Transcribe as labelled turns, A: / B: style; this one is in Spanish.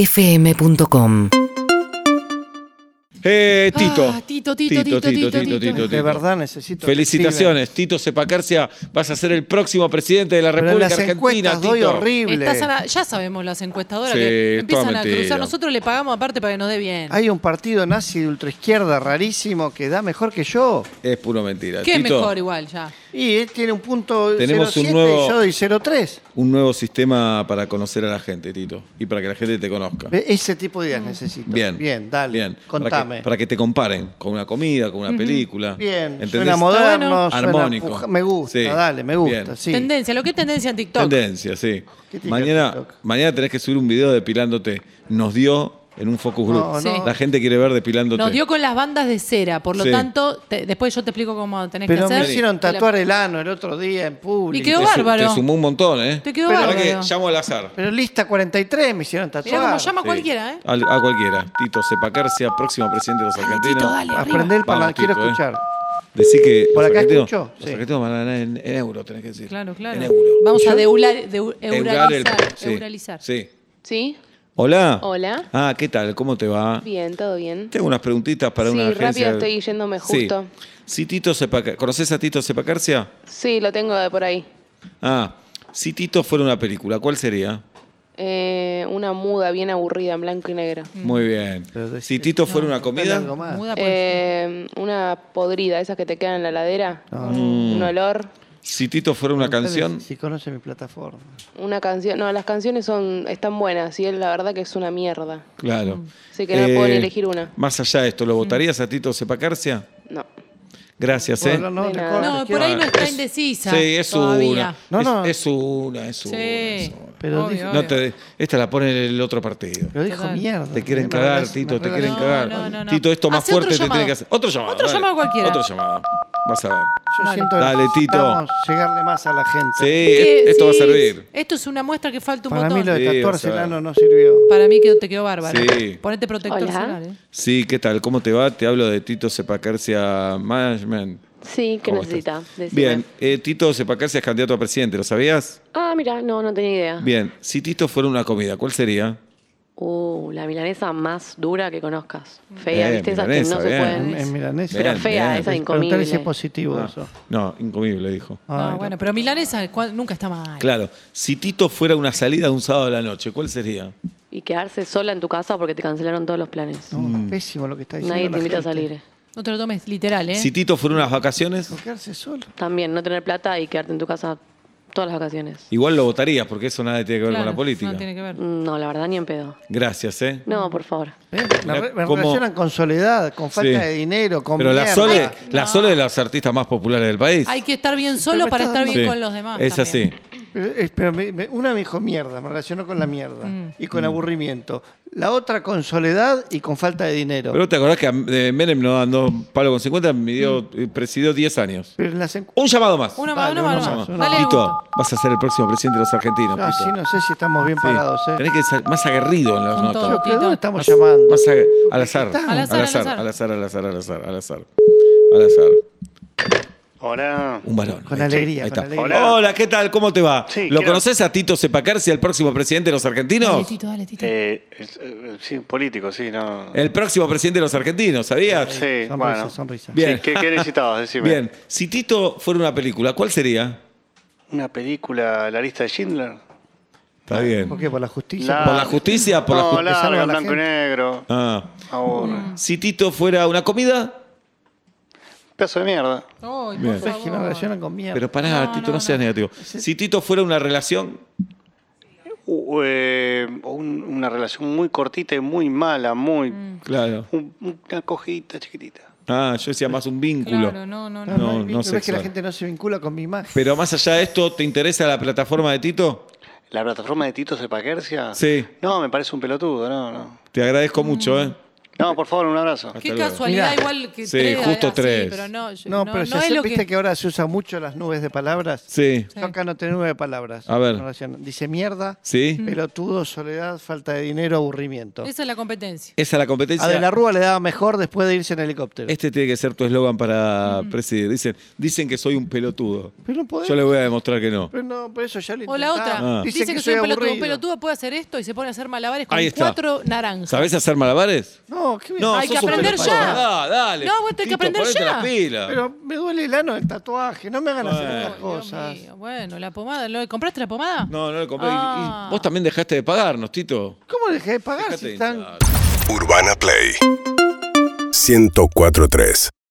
A: urbanaplayfm.com
B: Eh, Tito.
C: Ah, Tito, Tito, Tito, Tito, Tito.
D: De verdad necesito. que
B: Felicitaciones, Tito Sepacarcia. Vas a ser el próximo presidente de la
D: escriban. Pero en
B: República Argentina,
D: las encuestas doy
B: Tito.
D: horrible.
C: Estás a la- ya sabemos las encuestadoras
B: Sí,
C: que empiezan
B: toda
C: a
B: mentira.
C: cruzar. Nosotros le pagamos aparte para que nos dé bien.
D: Hay un partido nazi de ultraizquierda rarísimo que da mejor que yo.
B: Es puro mentira.
C: ¿Qué es
B: Tito,
C: mejor igual ya?
D: Y él tiene un punto
B: Tenemos un
D: 07
B: nuevo-
D: y yo doy 03.
B: un nuevo sistema para conocer a la gente, Tito. Y para que la gente te conozca.
D: Ve, Ese tipo de
C: Mm.
D: ideas necesito.
B: Bien.
D: Bien, dale.
B: Bien. Para
D: Contame.
B: que, para que te comparen con una comida, con una película.
D: Bien.
B: ¿Entendés?
D: Suena moderno,
C: bueno.
D: suena
B: Armónico.
D: puja- Me gusta,
B: Sí.
D: dale, me gusta.
B: Bien.
D: Sí.
C: Tendencia, lo que es tendencia en TikTok.
B: Tendencia, sí.
D: ¿Qué tiene
B: Mañana,
D: TikTok?
B: mañana tenés que subir un video depilándote. Nos dio en un focus group.
D: No,
C: no.
B: La gente quiere ver depilándote.
C: Nos dio con las bandas de cera, por lo
B: Sí.
C: tanto, te- después yo te explico cómo tenés
D: Pero
C: que
D: me
C: hacer.
D: hicieron
C: Te la-
D: tatuar el ano el otro día en
C: Y
D: público.
C: quedó
B: te, su-
C: bárbaro.
B: te sumó un montón, ¿eh?
C: Te quedó
B: La verdad
C: bárbaro.
B: que llamo al azar.
D: Pero lista 43 me hicieron tatuar.
C: Mirá cómo llama
B: Sí.
C: cualquiera, ¿eh?
B: Al- A, cualquiera. Tito Sepacarcia, próximo presidente de los argentinos.
C: Tito, dale, arriba.
D: Aprende el
B: Vamos,
D: parlante, quiero
B: Tito, eh.
D: escuchar.
B: Decí que.
D: ¿Por
B: los
D: acá
B: argentinos-
D: escucho?
B: Los
D: Sí.
B: argentinos van a ganar en, en euro, tenés que decir.
C: Claro, claro.
B: En euro.
C: Vamos a deular, deu-
B: Eurar el-
C: euralizar.
B: sí,
C: euralizar.
B: Sí.
E: Sí,
B: Hola.
E: Hola.
B: Ah, ¿qué tal? ¿Cómo te va?
E: bien, todo bien.
B: Tengo unas preguntitas para
E: Sí,
B: una agencia.
E: rápido estoy yéndome justo.
B: Sí. Si Tito Sepacarcia. ¿Conoces a Tito Sepacarcia?
E: Sí, lo tengo de por ahí.
B: Ah. Si Tito fuera una película, ¿cuál sería?
E: Eh, una muda bien aburrida en blanco y negro.
C: Mm.
B: Muy bien.
D: Pero decí-
B: Si Tito fuera una
D: algo
B: comida.
D: más.
C: Muda pues. por-
E: Eh, una podrida, esas que te quedan en la ladera.
B: Ah.
E: Un olor.
B: Si Tito fuera una
D: Preguntale
B: canción.
D: Si conoce mi plataforma.
E: Una canción. No, las canciones son están buenas y él la verdad que es una mierda.
B: Claro. Eh,
E: Así Mm. que no puedo ni elegir una.
B: Más allá de esto, ¿lo votarías a Tito Sepacarcia?
E: No.
B: Gracias, ¿eh?
D: ¿Puedo hablar?
B: Sí,
D: no,
E: De
D: te
E: nada.
D: corto,
C: no,
D: quiero-
C: por ahí no está
B: es-
C: indecisa.
B: es
C: todavía.
B: una.
D: No,
B: es-
D: no.
B: Es, una, es una. es
C: Sí.
B: una.
D: Pero
C: Obvio,
D: dijo-
C: obvio.
B: No te- esta la pone en el otro partido.
D: Pero dijo
C: Total.
D: mierda.
B: Te quieren
D: Me
B: cagar,
D: regalás-
B: Tito,
D: me
B: te quieren cagar.
D: regalás-
C: No, no, no.
B: Tito, esto más
C: Hace otro
B: fuerte te
C: llamado.
B: tiene que hacer. Otro llamado.
C: Otro
B: dale.
C: llamado cualquiera.
B: Otro llamado. Vas a ver.
D: Yo
C: Dale.
D: siento que
B: Dale, Tito.
D: necesitamos llegarle más a la gente.
B: Sí,
C: ¿Qué?
B: e- esto va a
C: Sí,
B: servir.
C: Esto es una muestra que falta un
D: Para mí
C: montón.
D: lo de
B: Sí,
D: 14
B: vas a ver.
D: enano no sirvió.
C: Para mí quedó, te quedó bárbaro.
B: Sí.
C: Ponete protector
E: Hola.
C: solar, ¿eh?
B: Sí, ¿qué tal? ¿Cómo te va? Te hablo de Tito Sepacarcia Management.
E: Sí, que
B: ¿Cómo estás?
E: necesita. Decime.
B: Bien, eh, Tito Sepacarcia es candidato a presidente, ¿lo sabías?
E: Ah, mira, no, no tenía
C: Ah.
E: idea.
B: Bien, si Tito fuera una comida, ¿cuál sería?
E: Uh, la milanesa más dura que conozcas. Fea,
B: Eh,
E: ¿viste? Esas
B: milanesa,
E: que no
B: bien.
E: se
D: En,
E: pueden.
D: en milanesa.
E: Pero
B: Bien, Ah.
E: fea,
B: bien.
E: esa
D: Preguntale
E: incomible.
D: si es positivo eso.
B: No, incomible, dijo.
C: No,
D: Ay,
C: Ah, bueno, pero milanesa cua- nunca está mal.
B: Ah, Claro, si Tito fuera una salida de un sábado a la noche, ¿cuál sería?
E: Y quedarse sola en tu casa porque te cancelaron todos los planes.
D: no,
B: Mm.
D: Pésimo lo que está diciendo.
E: Nadie te
D: la
E: invita a
D: gente.
E: salir.
C: No te lo tomes literal, ¿eh?
B: Si Tito fuera unas vacaciones,
D: Por quedarse solo.
E: También no tener plata y quedarte en tu casa todas las vacaciones.
B: igual lo votarías, porque eso nada tiene que ver
C: Claro,
B: con la política.
C: No tiene que ver.
E: No, la verdad ni en pedo.
B: Gracias, ¿eh?
E: No, por favor.
D: ¿Eh? Me,
B: Mirá
D: re- me
B: cómo-
D: relacionan con soledad, con falta
B: Sí.
D: de dinero, con
B: Pero la
D: mierda.
B: Sole, la Sole es de las artistas más populares del país.
C: Hay que estar bien
D: Pero
C: solo
D: me
C: para
D: estás
C: estar bien
B: Sí,
C: con los demás.
B: Es
C: también.
B: así.
D: Pero, eh, pero me- me- una me dijo mierda, me relacionó con la mierda
C: Mm.
D: y
B: Mm.
D: con aburrimiento. La otra con soledad y con falta de dinero. Pero,
B: Pero te acordás que a eh, Menem no andó palo con 50, midió,
C: Mm.
B: eh, presidió 10 años.
D: en las encu-
B: Un llamado más.
C: Una más,
D: Dale,
C: una más,
D: uno
C: una más.
D: más, uno
C: Dale,
D: más.
C: Augusto.
B: Tito, vas a ser el próximo presidente de los argentinos.
D: No,
B: Tito.
D: así Ah, no sé si estamos bien
B: Sí.
D: parados. ¿eh?
B: Tenés que ser más aguerrido en las
C: Con
B: notas.
C: todo.
D: Pero, ¿pero
C: Tito.
D: dónde estamos llamando?
B: Más a- al azar.
D: Al
C: azar,
B: Al
C: al
B: azar,
C: azar.
B: al azar, al azar, al azar, al azar. Al azar.
F: Hola.
B: Un varón.
D: Con
B: Ahí está,
D: alegría,
B: ahí
D: con
B: está.
D: alegría.
B: Hola. ¿qué tal? ¿Cómo te va?
F: Sí,
B: ¿Lo
F: quiero-
B: conoces a Tito Sepacarsi, el próximo presidente de los
C: Dale,
B: argentinos?
C: Tito, dale, Tito.
F: Eh, es- eh, sí, político, sí, no.
B: El próximo presidente de los argentinos, ¿sabías?
F: Sí,
D: Sonrisa,
F: bueno.
D: sonrisa.
B: Bien.
F: Sí, ¿qué, qué necesitabas? Decime.
B: Bien, si Tito fuera una película, ¿cuál sería?
F: Una película, La lista de Schindler.
B: Está bien.
D: ¿Por qué? ¿Por la justicia?
F: La-
B: ¿Por la justicia? ¿Por la
F: no,
B: ju-
F: larga,
D: Salva a la
F: blanco
D: gente.
F: y negro.
B: Ah.
F: Aburre.
B: Si Tito fuera una comida,
F: Pedazo de mierda.
C: Ay, por
B: Bien.
D: ¿Sabes que me
C: favor.
D: relacionan con mierda?
B: pero pará,
C: No,
B: Tito, no,
C: no,
B: seas negativo. Si Tito fuera una relación,
F: U- eh, un- una relación muy cortita y muy mala, muy.
B: claro.
F: un- una cojita chiquitita.
B: Ah, yo decía más un vínculo.
C: Claro, no, no, no.
D: no, no,
B: no,
D: hay
B: no
D: vínculo, es que la
B: sexual.
D: gente no se vincula con mi imagen.
B: Pero más allá de esto, ¿te interesa la plataforma de Tito?
F: ¿La plataforma de Tito Sepaquercia?
B: Sí.
F: No, me parece un pelotudo, no, no.
C: Mm.
B: Te agradezco mucho, ¿eh?
F: No, por favor, un abrazo.
C: Qué
B: luego.
C: casualidad,
D: Mirá.
C: igual que
B: Sí,
C: tres.
B: justo
C: así,
B: tres.
C: pero no, yo-
D: No,
C: no-
D: pero
C: no
D: ya
C: es
D: se-
C: lo
D: viste
C: que...
D: que... ahora se usan mucho las nubes de palabras.
B: Sí,
D: Yo acá no tengo nueve palabras.
B: A ver.
D: con relación. Dice mierda,
B: sí.
C: Mm.
D: pelotudo, soledad, falta de dinero, aburrimiento.
C: Esa es la competencia.
B: Esa es la competencia.
D: A De la Rúa le daba mejor después de irse en helicóptero.
B: Este tiene que ser tu eslogan para
C: Mm.
B: presidir. Dicen, dicen que soy un pelotudo.
D: Pero no podés.
B: Yo le voy a demostrar que no.
D: Pero no, por eso ya le
C: O la otra.
B: Ah.
C: Dice, que, soy un pelotudo. Un pelotudo puede hacer esto y se pone a hacer malabares con
B: Ahí está.
C: cuatro naranjas.
B: ¿Sabés hacer malabares?
D: No, ¿qué me-
B: No,
C: Hay que
B: sos un
C: aprender
B: pelotudo.
C: ya.
B: Ah, dale.
C: No, vos tenés que
B: Tito,
C: aprender
B: ponete
C: ya.
B: las pilas.
D: Pero me duele el ano del tatuaje. No me hagan hacer
B: Bueno.
D: estas
C: Dios
D: cosas.
C: mío, Bueno, la pomada. ¿lo- ¿Compraste la pomada?
B: No, no le compré. Y- y
C: Ah.
B: vos también dejaste de pagarnos, Tito.
D: ¿Cómo dejé de pagar
B: Dejate
D: si
B: de
D: están
B: hinchar.
A: Urbana Play 1043